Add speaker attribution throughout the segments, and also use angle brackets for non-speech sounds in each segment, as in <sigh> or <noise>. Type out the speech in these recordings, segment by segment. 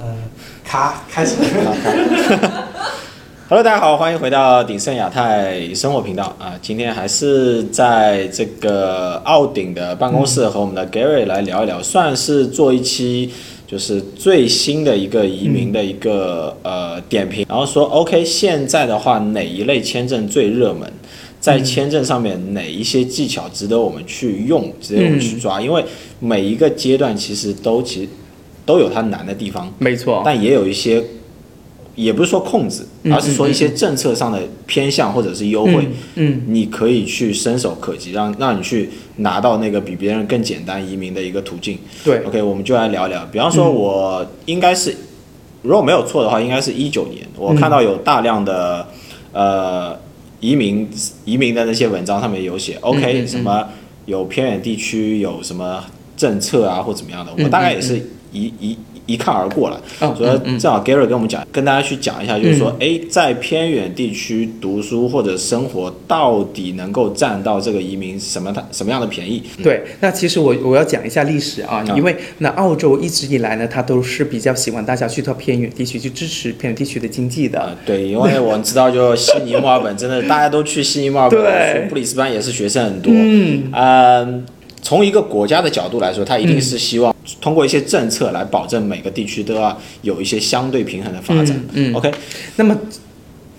Speaker 1: 呃，卡开始。
Speaker 2: Hello，大家好，欢迎回到鼎盛亚太生活频道啊！今天还是在这个奥鼎的办公室和我们的 Gary 来聊一聊，算是做一期就是最新的一个移民的一个、呃点评，然后说 OK，现在的话哪一类签证最热门？在签证上面哪一些技巧值得我们去用，值得我们去抓？因为每一个阶段其实都其实都有它难的地方，
Speaker 3: <laughs> 没错，
Speaker 2: 但也有一些，也不是说控制，
Speaker 3: 嗯
Speaker 2: 而是说一些政策上的偏向或者是优惠，
Speaker 3: 嗯，
Speaker 2: 你可以去伸手可及，让让你去拿到那个比别人更简单移民的一个途径。
Speaker 3: 嗯对，嗯
Speaker 2: OK，我们就来聊聊，比方说，我应该是、如果没有错的话，应该是一九年，我看到有大量的、
Speaker 3: 嗯
Speaker 2: 呃移民移民的那些文章上面有写，OK，、
Speaker 3: 嗯嗯
Speaker 2: 什么有偏远地区有什么政策啊或怎么样的，我大概也是一、一一看而过了。
Speaker 3: 嗯哦
Speaker 2: 所以
Speaker 3: 嗯嗯嗯
Speaker 2: 正好 Gary 跟我们讲，跟大家去讲一下，就是说，诶，在偏远地区读书或者生活，到底能够占到这个移民什么什么样的便宜？
Speaker 3: 对，那其实我我要讲一下历史啊，
Speaker 2: 嗯
Speaker 3: 因为那澳洲一直以来呢，它都是比较喜欢大家去到偏远地区去支持偏远地区的经济的。
Speaker 2: 啊，对，因为我们知道，就悉尼、墨尔本，真的大家都去悉尼、墨尔本，
Speaker 3: 对
Speaker 2: 布里斯班也是学生很多。嗯，呃，从一个国家的角度来说，它一
Speaker 3: 嗯
Speaker 2: 定是希望通过一些政策来保证每个地区都要有一些相对平衡的发展。
Speaker 3: 嗯嗯
Speaker 2: o k
Speaker 3: 那么。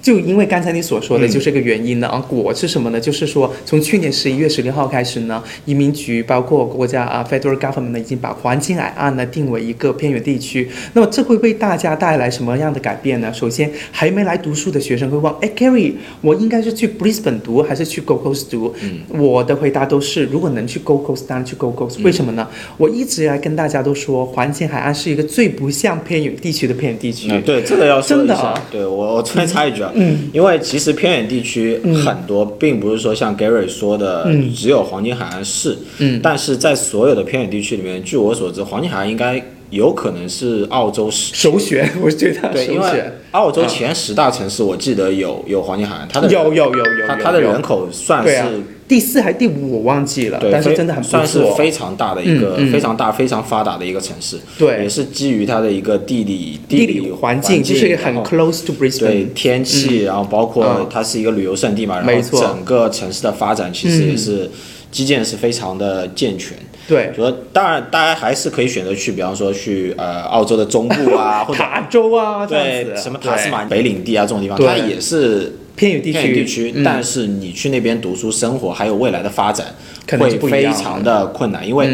Speaker 3: 就因为刚才你所说的就是这个原因呢，啊、果是什么呢？就是说，从去年十一月十六号开始呢，移民局包括国家啊 federal government 呢，已经把黄金海岸呢定为一个偏远地区。那么这会为大家带来什么样的改变呢？首先，还没来读书的学生会问：哎，Gary，我应该是去 Brisbane 读还是去 Gold Coast 读？我的回答都是，如果能去 Gold Coast，当然去 Gold Coast。为什么呢？我一直以来跟大家都说，黄金海岸是一个最不像偏远地区的偏远地区。
Speaker 2: 嗯，对，这个要说一
Speaker 3: 真的
Speaker 2: 下
Speaker 3: 啊。嗯
Speaker 2: 对我，我突然插一句啊，因为其实偏远地区很多，并不是说像 Gary 说的，
Speaker 3: 嗯
Speaker 2: 只有黄金海岸是，嗯，但是在所有的偏远地区里面，据我所知，黄金海岸应该有可能是澳洲十
Speaker 3: 首选， <laughs> 我觉得
Speaker 2: 对，因
Speaker 3: 首
Speaker 2: 为
Speaker 3: 选。
Speaker 2: 澳洲前十大城市，我记得有有黄金海岸，它的
Speaker 3: 嗯有有有有
Speaker 2: 它
Speaker 3: 有
Speaker 2: 它的
Speaker 3: 有
Speaker 2: 人口算
Speaker 3: 对啊
Speaker 2: 是，
Speaker 3: 第四还第五我忘记了，
Speaker 2: 对，
Speaker 3: 但是
Speaker 2: 非
Speaker 3: 真的很不
Speaker 2: 算是
Speaker 3: 错。
Speaker 2: 非常大的一个
Speaker 3: 嗯嗯
Speaker 2: 非常大非常发达的一个城市，
Speaker 3: 对
Speaker 2: 也是基于它的一个地理
Speaker 3: 地
Speaker 2: 理
Speaker 3: 理环境就是很
Speaker 2: 然后
Speaker 3: close to
Speaker 2: 对
Speaker 3: Brisbane，
Speaker 2: 天气，然后包括
Speaker 3: 嗯
Speaker 2: 它是一个旅游胜地嘛，然
Speaker 3: 没
Speaker 2: 后
Speaker 3: 错嗯
Speaker 2: 整个城市的发展其实也是基建是非常的健全。
Speaker 3: 对，
Speaker 2: 就说当然，大家还是可以选择去，比方说去呃澳洲的中
Speaker 3: <laughs>
Speaker 2: 部啊，或者
Speaker 3: 塔州啊这样
Speaker 2: 对
Speaker 3: 子，
Speaker 2: 什么塔斯
Speaker 3: 对
Speaker 2: 马尼亚北领地啊这种地方，
Speaker 3: 对嗯
Speaker 2: 它也是
Speaker 3: 偏远地
Speaker 2: 偏远
Speaker 3: 区
Speaker 2: 地区，但是你去那边读书、生活，还有未来的发展，
Speaker 3: 可能
Speaker 2: 会
Speaker 3: 就不一
Speaker 2: 非
Speaker 3: 样嗯
Speaker 2: 常的困难，因为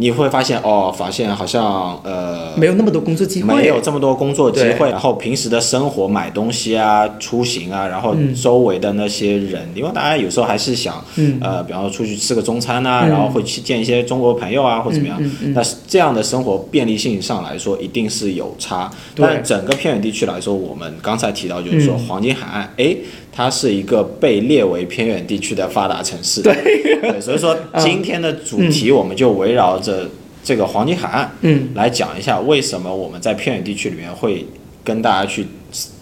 Speaker 2: 你会发现哦，发现好像呃
Speaker 3: 没有那么多工作机会，
Speaker 2: 没有这么多工作机会，
Speaker 3: 对
Speaker 2: 然后平时的生活、买东西啊、出行啊，然后
Speaker 3: 嗯
Speaker 2: 周围的那些人，因为大家有时候还是想，
Speaker 3: 嗯
Speaker 2: 呃，比方说出去吃个中餐啊，然后会去见一些中国朋友啊，或怎么
Speaker 3: 嗯
Speaker 2: 样。那是这样的生活便利性上来说，一定是有差。
Speaker 3: 对嗯
Speaker 2: 但整个偏远地区来说，我们刚才提到就是说黄金海岸，诶，它是一个被列为偏远地区的发达城市。对，所以说
Speaker 3: <laughs> 嗯
Speaker 2: 今天的主题我们就围绕着这个黄金海岸。
Speaker 3: 嗯，
Speaker 2: 来讲一下为什么我们在偏远地区里面会跟大家去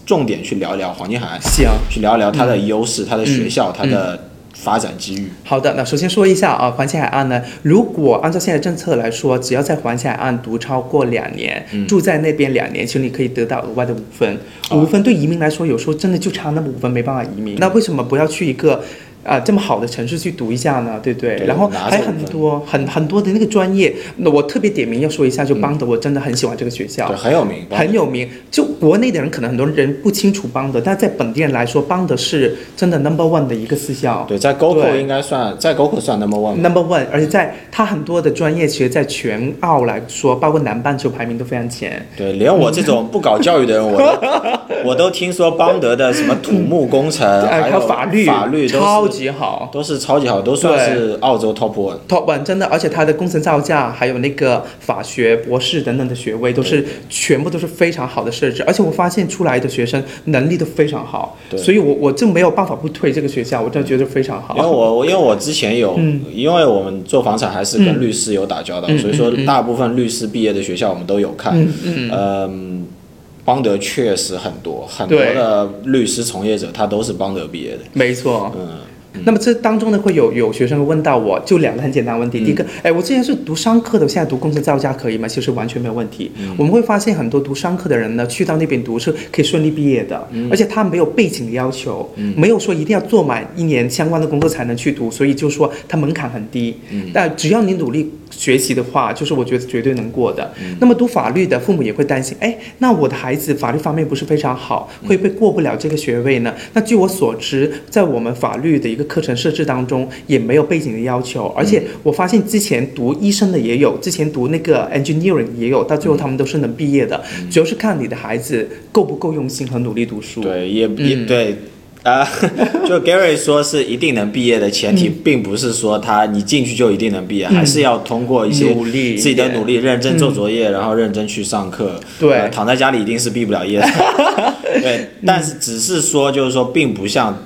Speaker 2: 重点去聊一聊黄金海岸，
Speaker 3: 行。
Speaker 2: 去聊一聊它的优势、它的学校、它的发展机遇。
Speaker 3: 好的，那首先说一下啊，环线海岸呢，如果按照现在政策来说，只要在环线海岸读超过两年，
Speaker 2: 嗯
Speaker 3: 住在那边两年，其实你可以得到额外的五分。
Speaker 2: 哦
Speaker 3: 五分对移民来说，有时候真的就差那么五分，没办法移民。那为什么不要去一个啊、这么好的城市去读一下呢？对不对？
Speaker 2: 对
Speaker 3: 然后
Speaker 2: 拿
Speaker 3: 还
Speaker 2: 走
Speaker 3: 很
Speaker 2: 五分
Speaker 3: 多很很多的那个专业，那我特别点名要说一下，就邦德，我真的很喜欢这个学校
Speaker 2: 嗯对，。很有名，
Speaker 3: 很有名。就国内的人可能很多人不清楚邦德，但在本地人来说，邦德是真的 number one 的一个私校。
Speaker 2: 对，在 GoCo
Speaker 3: 对
Speaker 2: 应该算在 GoCo 算 number one 吧
Speaker 3: Number one，而且在它很多的专业，其实在全澳来说，包括南半球排名都非常前。
Speaker 2: 对，连我这种不搞教育的人，我都 <laughs> 我都听说邦德的什么土木工程，
Speaker 3: 哎
Speaker 2: 呃还
Speaker 3: 它
Speaker 2: 有
Speaker 3: 法律
Speaker 2: 法律
Speaker 3: 超
Speaker 2: 都是
Speaker 3: 级好
Speaker 2: 都是超级好，都算是澳洲 top one。
Speaker 3: ，Top one 真的，而且它的工程造价，还有那个法学博士等等的学位，都是全部都是非常好的设置。而且我发现出来的学生能力都非常好，
Speaker 2: 对
Speaker 3: 所以我我就没有办法不推这个学校，我真的觉得非常
Speaker 2: 因为
Speaker 3: 好。
Speaker 2: 我我因为我之前有，因为我们做房产还是跟律师有打交道，所以说大部分律师毕业的学校我们都有看，嗯邦德确实很多，很多
Speaker 3: 对
Speaker 2: 的律师从业者他都是邦德毕业的，
Speaker 3: 没错，
Speaker 2: 嗯，
Speaker 3: 那么这当中呢，会有有学生问到我，就两个很简单的
Speaker 2: 嗯
Speaker 3: 问题。第一个，哎，我之前是读商科的，我现在读工程造价可以吗？其实完全没有问题。
Speaker 2: 嗯
Speaker 3: 我们会发现很多读商科的人呢，去到那边读是可以顺利毕业的，
Speaker 2: 嗯
Speaker 3: 而且他没有背景的要求，没有说一定要做满一年相关的工作才能去读，所以就说它门槛很低。
Speaker 2: 嗯
Speaker 3: 但只要你努力学习的话，就是我觉得绝对能过的。那么读法律的父母也会担心，哎，那我的孩子法律方面不是非常好，会不会过不了这个学位呢？那据我所知，在我们法律的一个课程设置当中，也没有背景的要求，而且我发现之前读医生的也有，之前读那个 engineering 也有，到最后他们都是能毕业的，主要是看你的孩子够不够用心和努力读书。
Speaker 2: 对，也也对。啊， <laughs> 就 Gary 说是一定能毕业的
Speaker 3: 嗯
Speaker 2: 前提，并不是说他你进去就一定能毕业，还是要通过一些
Speaker 3: 努力
Speaker 2: 自己的
Speaker 3: 一点
Speaker 2: 努力，认真
Speaker 3: 嗯
Speaker 2: 做作业，然后认真去上课。
Speaker 3: 对
Speaker 2: 呃躺在家里一定是毕不了
Speaker 3: <laughs>
Speaker 2: 业的。对，但是只是说就是说，并不像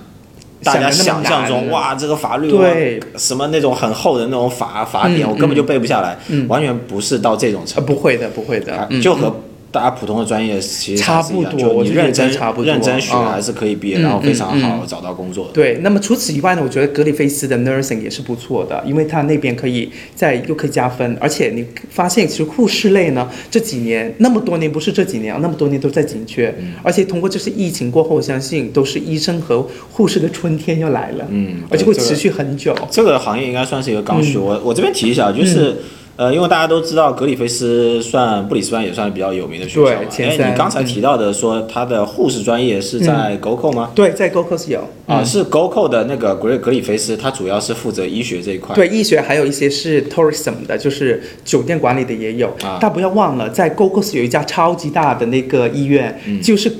Speaker 2: 大家
Speaker 3: 想
Speaker 2: 想
Speaker 3: 得那么
Speaker 2: 象中
Speaker 3: 难
Speaker 2: 哇，这个法律
Speaker 3: 对
Speaker 2: 哇什么那种很厚的那种法法典，
Speaker 3: 嗯
Speaker 2: 我根本就背不下来，
Speaker 3: 嗯
Speaker 2: 完全不是到这种程
Speaker 3: 呃，
Speaker 2: 度。
Speaker 3: 不会的，不会的
Speaker 2: 啊，
Speaker 3: 嗯
Speaker 2: 就和大家普通的专业其实
Speaker 3: 差
Speaker 2: 还是一样
Speaker 3: 不多
Speaker 2: 就
Speaker 3: 我
Speaker 2: 你
Speaker 3: 觉得
Speaker 2: 认真
Speaker 3: 真差不多
Speaker 2: 认真学
Speaker 3: 嗯
Speaker 2: 还是可以毕业，
Speaker 3: 嗯
Speaker 2: 然后非常
Speaker 3: 嗯
Speaker 2: 好找到工作的。
Speaker 3: 对，那么除此以外呢，我觉得格里菲斯的 nursing 也是不错的，因为它那边可以在又可以加分，而且你发现其实护士类呢这几年那么多年不是这几年啊，那么多年都在紧缺，
Speaker 2: 嗯
Speaker 3: 而且通过这次疫情过后，我相信都是医生和护士的春天又来了，
Speaker 2: 嗯
Speaker 3: 而且会
Speaker 2: 对这个
Speaker 3: 持续很久。
Speaker 2: 这个行业应该算是一个刚
Speaker 3: 嗯
Speaker 2: 需。我我这边提一下，就是。呃，因为大家都知道格里菲斯算布里斯班也算是比较有名的学校嘛
Speaker 3: 对。前
Speaker 2: 哎，
Speaker 3: 三嗯
Speaker 2: 你刚才提到的说他的护士专业是在沟扣吗？
Speaker 3: 对，在 GoCo 是有
Speaker 2: 啊，是沟扣的那个格里格里菲斯，他主要是负责医学这一块。
Speaker 3: 对，医学还有一些是 tourism 的，就是酒店管理的也有。
Speaker 2: 啊
Speaker 3: 但不要忘了，在 g o g o s 有一家超级大的那个医院，
Speaker 2: 嗯
Speaker 3: 就是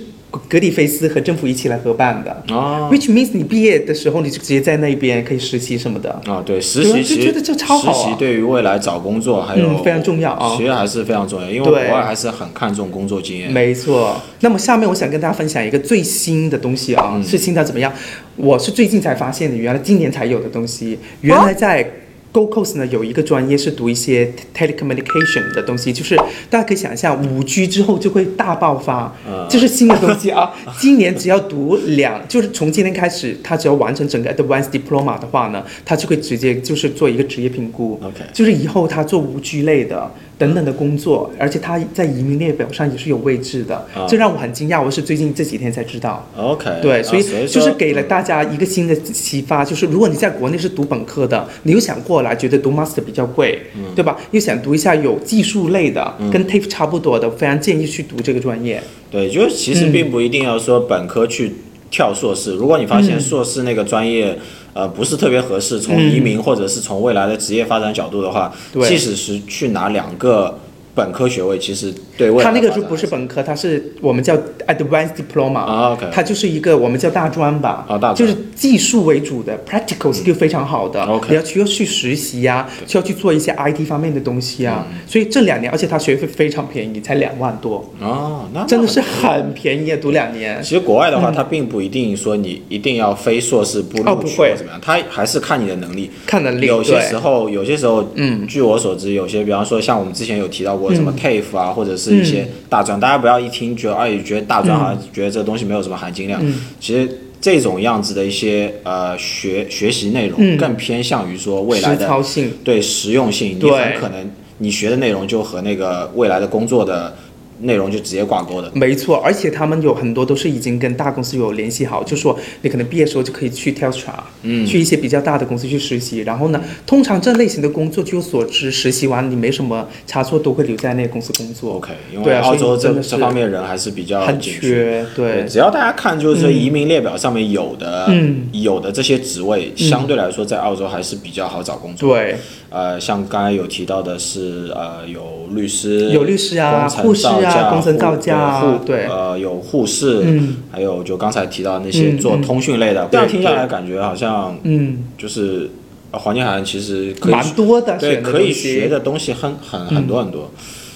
Speaker 3: 格里菲斯和政府一起来合办的。
Speaker 2: 哦
Speaker 3: Which means 你毕业的时候，你就直接在那边可以实习什么的。
Speaker 2: 啊，对，实
Speaker 3: 对啊
Speaker 2: 习
Speaker 3: 就
Speaker 2: 其实
Speaker 3: 觉得这超好啊
Speaker 2: 实习对于未来找工作还有、
Speaker 3: 嗯非常重要啊
Speaker 2: 其实还是非常重要，因为
Speaker 3: 对
Speaker 2: 国外还是很看重工作经验。
Speaker 3: 没错。那么下面我想跟大家分享一个最新的东西啊，是新到怎么样？我是最近才发现的，原来今年才有的东西。原来在 Go Coast 呢有一个专业是读一些 telecommunication 的东西，就是大家可以想象五 G 之后就会大爆发，
Speaker 2: 嗯
Speaker 3: 这是新的东西啊。今年只要读两，就是从今天开始，他只要完成整个 Advanced Diploma 的话呢，他就会直接就是做一个职业评估。
Speaker 2: OK
Speaker 3: 就是以后他做无居类的等等的工作，而且他在移民列表上也是有位置的，
Speaker 2: 啊
Speaker 3: 这让我很惊讶。我是最近这几天才知道。
Speaker 2: OK，
Speaker 3: 对，
Speaker 2: 啊
Speaker 3: 所
Speaker 2: 所
Speaker 3: 以就
Speaker 2: 说
Speaker 3: 是给了大家一个新的启发，就是如果你在国内是读本科的，你又想过来，觉得读 master 比较贵，
Speaker 2: 嗯
Speaker 3: 对吧？又想读一下有技术类的，跟 TAFE 差不多的，非常建议去读这个专业。
Speaker 2: 对，就是其
Speaker 3: 嗯
Speaker 2: 实并不一定要说本科去跳硕士，如果你发现
Speaker 3: 嗯
Speaker 2: 硕士那个专业。呃，不是特别合适，从移民或者是从未来的职业发展角度的话，
Speaker 3: 嗯对
Speaker 2: 即使是去拿两个本科学位，其实对未来
Speaker 3: 他那个
Speaker 2: 发
Speaker 3: 就
Speaker 2: 展
Speaker 3: 不是本科，他是我们叫 advanced diploma，、
Speaker 2: 啊，OK
Speaker 3: 它就是一个我们叫大专吧，
Speaker 2: 啊大专嗯
Speaker 3: 就是技术为主的 practical skill 非常好的，
Speaker 2: OK
Speaker 3: 你要需要去实习呀、需要去做一些 IT 方面的东西啊，
Speaker 2: 嗯
Speaker 3: 所以这两年，而且他学费非常便宜，才两万多，
Speaker 2: 哦，那那
Speaker 3: 真的
Speaker 2: 很
Speaker 3: 是很便宜，啊，读两年。
Speaker 2: 其实国外的话，它并不一定说你一定要非硕士不
Speaker 3: 嗯哦
Speaker 2: 录
Speaker 3: 不
Speaker 2: 取
Speaker 3: 会
Speaker 2: 或怎么样，它还是看你的能力。
Speaker 3: 看能力
Speaker 2: 有些
Speaker 3: 对
Speaker 2: 时候，有些时候，嗯，据我所知，有些比方说像我们之前有提到过什
Speaker 3: 嗯
Speaker 2: 么 TAFE 啊，或者是一些大专，大家不要一听觉得哎，觉得
Speaker 3: 嗯
Speaker 2: 大专好像觉得这东西没有什么含金量，其实。这种样子的一些呃学学习内容，更偏向于说未
Speaker 3: 嗯
Speaker 2: 来
Speaker 3: 实
Speaker 2: 的嗯
Speaker 3: 操性
Speaker 2: 对实用性，你
Speaker 3: 对
Speaker 2: 很可能你学的内容就和那个未来的工作的内容就直接挂钩的。
Speaker 3: 没错，而且他们有很多都是已经跟大公司有联系好，就说你可能毕业时候就可以去跳槽，嗯，去一些比较大的公司去实习。然后呢，通常这类型的工作，据我所知，实习完你没什么差错，都会留在那个公司工作。
Speaker 2: OK，因为
Speaker 3: 对啊
Speaker 2: 澳洲
Speaker 3: 所以真
Speaker 2: 这
Speaker 3: 的
Speaker 2: 这
Speaker 3: 是
Speaker 2: 方面人还是比较
Speaker 3: 很
Speaker 2: 紧
Speaker 3: 缺，对，嗯
Speaker 2: 只要大家看，就是移民列表上面有的、有的这些职
Speaker 3: 嗯
Speaker 2: 位，相对来说在澳洲还是比较好找工作。
Speaker 3: 对，
Speaker 2: 呃，像刚才有提到的是，呃，有律师，
Speaker 3: 有律师啊
Speaker 2: 工程造
Speaker 3: 护士
Speaker 2: 价
Speaker 3: 啊工程造价啊
Speaker 2: 护护
Speaker 3: 对
Speaker 2: 呃，有护士，还有就刚才提到那些
Speaker 3: 嗯
Speaker 2: 做
Speaker 3: 嗯
Speaker 2: 通讯类的，这样听下来感觉好像
Speaker 3: 嗯，
Speaker 2: 就是呃黄金海岸其实可以
Speaker 3: 蛮多的
Speaker 2: 对
Speaker 3: 选的
Speaker 2: 可以
Speaker 3: 东西嗯
Speaker 2: 学的东西很很很多很多。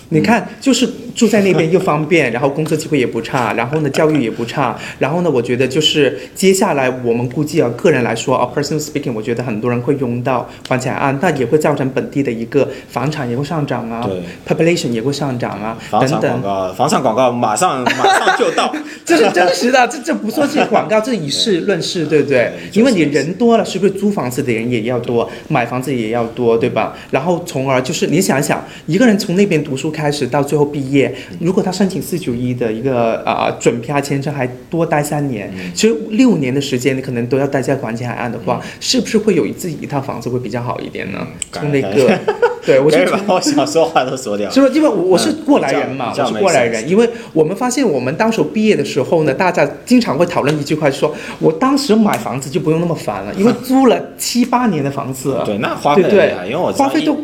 Speaker 3: 你看，就是住在那边又方便，然后工作机会也不差，然后呢教育也不差，然后呢我觉得就是接下来我们估计啊，个人来说啊，personal speaking，我觉得很多人会用到房产案，那也会造成本地的一个房产也会上涨啊
Speaker 2: 对
Speaker 3: ，population 也会上涨啊，
Speaker 2: 房
Speaker 3: 等
Speaker 2: 产广
Speaker 3: 等。
Speaker 2: 告，房产广告马上 <laughs> 马上就到。
Speaker 3: <laughs> 这是真实的，这这不算是广告，这以事论事，对不对？
Speaker 2: 对
Speaker 3: 因为你
Speaker 2: 就是
Speaker 3: 人多了，是不是租房子的人也要多，买房子也要多，对吧？然后从而就是你想想，一个人从那边读书开始到最后毕业，
Speaker 2: 嗯
Speaker 3: 如果他申请四九一的一个啊、呃准 PR 签证，还多待三年，
Speaker 2: 嗯
Speaker 3: 其实六年的时间，你可能都要待在广西海岸的话，是不是会有自己一套房子会比较好一点呢？
Speaker 2: 感
Speaker 3: 从那
Speaker 2: 感
Speaker 3: 个，对我就
Speaker 2: 可以
Speaker 3: 觉得
Speaker 2: 把我想说话都说掉。
Speaker 3: 是不是？因为我我是
Speaker 2: 嗯
Speaker 3: 过来人嘛，
Speaker 2: 比较
Speaker 3: 我是过来
Speaker 2: 比较
Speaker 3: 人，因为我们发现我们当时毕业的时候呢，大家经常会讨论一句话说，我当时买房子就不用那么烦了，因为租了七八年的房子，
Speaker 2: 对，那花费
Speaker 3: 对不对
Speaker 2: 很厉害因为我知道
Speaker 3: 花费
Speaker 2: 一
Speaker 3: 都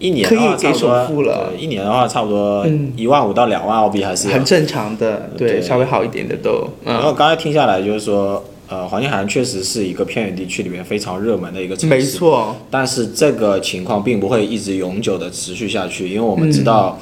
Speaker 2: 一年
Speaker 3: 可以
Speaker 2: 的话
Speaker 3: 给
Speaker 2: 差不多
Speaker 3: 首付了
Speaker 2: 对一年的话差不多
Speaker 3: 嗯
Speaker 2: 一万五到两万澳币还是有
Speaker 3: 很正常的，对，
Speaker 2: 对
Speaker 3: 稍微好一点的都，
Speaker 2: 然
Speaker 3: 嗯，
Speaker 2: 后刚才听下来就是说，呃，黄金海岸确实是一个偏远地区里面非常热门的一个城市，
Speaker 3: 没。错，
Speaker 2: 但是这个情况并不会一直永久的持续下去，因为我
Speaker 3: 嗯
Speaker 2: 们知道，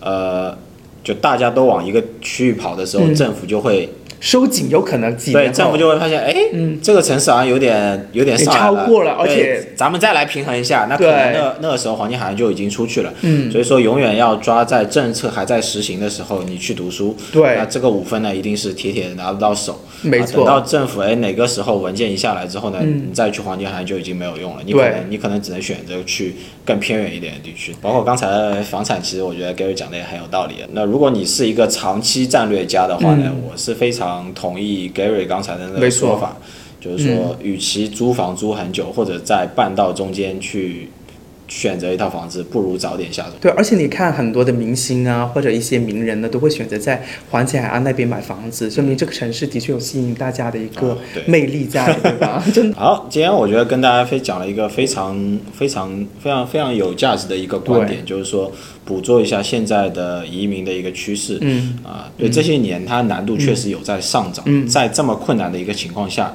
Speaker 2: 呃，就大家都往一个区域跑的时候，
Speaker 3: 嗯
Speaker 2: 政府就会
Speaker 3: 收紧有可能几
Speaker 2: 对
Speaker 3: 年
Speaker 2: 政
Speaker 3: 后嗯
Speaker 2: 府。就会发现，哎，这个城市好像有点有点上来
Speaker 3: 也超过了而
Speaker 2: 对
Speaker 3: 且
Speaker 2: 咱们再来平衡一下，那可
Speaker 3: 对
Speaker 2: 能那那个时候黄金海岸就已经出去了。
Speaker 3: 嗯
Speaker 2: 所以说永远要抓在政策还在实行的时候，你去读书。
Speaker 3: 对
Speaker 2: 那这个五分呢，一定是铁铁地拿不到手。
Speaker 3: 没
Speaker 2: 啊
Speaker 3: 错
Speaker 2: 等到政府哎哪个时候文件一下来之后呢，你再去黄金海岸就已经没有用了。你
Speaker 3: 嗯
Speaker 2: 可
Speaker 3: 对
Speaker 2: 能你可能只能选择去更偏远一点的地区。包括刚才房产，其实我觉得 Gary 讲的也很有道理。啊那如果你是一个长期战略家的话呢，我是非常同意 Gary 刚才的那
Speaker 3: 嗯没
Speaker 2: 个
Speaker 3: 错嗯
Speaker 2: 说法。就是说，与其租房租很久，或者在半道中间去选择一套房子，不如早点下手。
Speaker 3: 对，而且你看很多的明星啊，或者一些名人呢，都会选择在黄金海岸那边买房子，证明这个城市的确有吸引大家的一个
Speaker 2: 啊对
Speaker 3: 魅力在，对吧？真的
Speaker 2: 好，今天我觉得跟大家分讲了一个非常非常非常非常有价值的一个观点，就是说捕捉一下现在的移民的一个趋势。
Speaker 3: 嗯
Speaker 2: 啊，对，这些年它难度确实有在上涨。
Speaker 3: 嗯
Speaker 2: 在这么困难的一个情况下，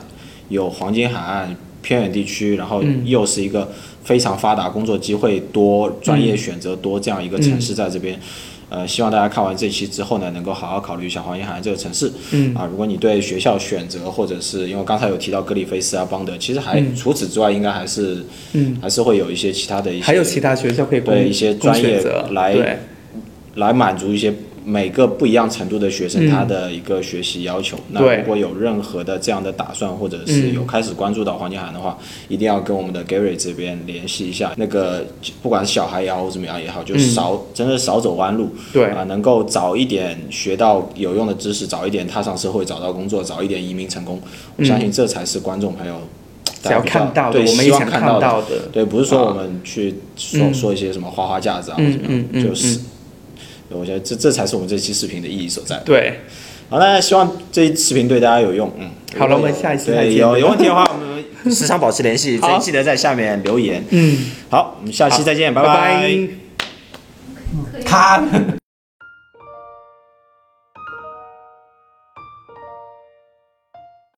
Speaker 2: 有黄金海岸偏远地区，然后
Speaker 3: 嗯
Speaker 2: 又是一个非常发达、工作机会多、专
Speaker 3: 嗯
Speaker 2: 业选择多这样一个城市在这边。呃，希望大家看完这期之后呢，能够好好考虑一下黄金海岸这个城市。
Speaker 3: 嗯
Speaker 2: 啊，如果你对学校选择，或者是因为刚才有提到格里菲斯啊、邦德，其实还、
Speaker 3: 嗯
Speaker 2: 除此之外，应该还是
Speaker 3: 嗯，
Speaker 2: 还是会有一些其他的一些，
Speaker 3: 还有其他学校可以供
Speaker 2: 对一些
Speaker 3: 供
Speaker 2: 专业
Speaker 3: 选择
Speaker 2: 来
Speaker 3: 对
Speaker 2: 来满足一些每个不一样程度的学
Speaker 3: 嗯
Speaker 2: 生他的一个学习要求。那
Speaker 3: 对
Speaker 2: 如果有任何的这样的打算，或者是
Speaker 3: 嗯
Speaker 2: 有开始关注到黄金海岸的话，一定要跟我们的 Gary 这边联系一下。那个不管是小孩也好，或怎么样也好，就
Speaker 3: 嗯
Speaker 2: 少、真的少走弯路。
Speaker 3: 对
Speaker 2: 啊、能够早一点学到有用的知识，早一点踏上社会，找到工作，早一点移民成功，我相信这才是观众朋友
Speaker 3: 嗯
Speaker 2: 大
Speaker 3: 想
Speaker 2: 家
Speaker 3: 要
Speaker 2: 比较。
Speaker 3: 看到的，
Speaker 2: 对，
Speaker 3: 我们
Speaker 2: 希
Speaker 3: 也
Speaker 2: 望
Speaker 3: 想
Speaker 2: 看
Speaker 3: 看
Speaker 2: 到的
Speaker 3: 到的。
Speaker 2: 对，不是说
Speaker 3: 啊
Speaker 2: 我们去说、
Speaker 3: 嗯
Speaker 2: 说一些什么花花架子啊，或
Speaker 3: 嗯
Speaker 2: 怎么样，
Speaker 3: 嗯嗯
Speaker 2: 就是，对我觉得这这才是我们这期视频的意义所在。
Speaker 3: 对，
Speaker 2: 好，那希望这一视频对大家有用。嗯，
Speaker 3: 好了
Speaker 2: 如果
Speaker 3: 我们
Speaker 2: 有
Speaker 3: 下一期再
Speaker 2: 对
Speaker 3: 见
Speaker 2: 有有问题的话，我们
Speaker 3: <laughs>
Speaker 2: 时常保持联系，
Speaker 3: 好
Speaker 2: 记得在下面留言。
Speaker 3: 嗯，
Speaker 2: 好，我们下期再见，
Speaker 3: 拜
Speaker 2: 拜。
Speaker 1: 咔。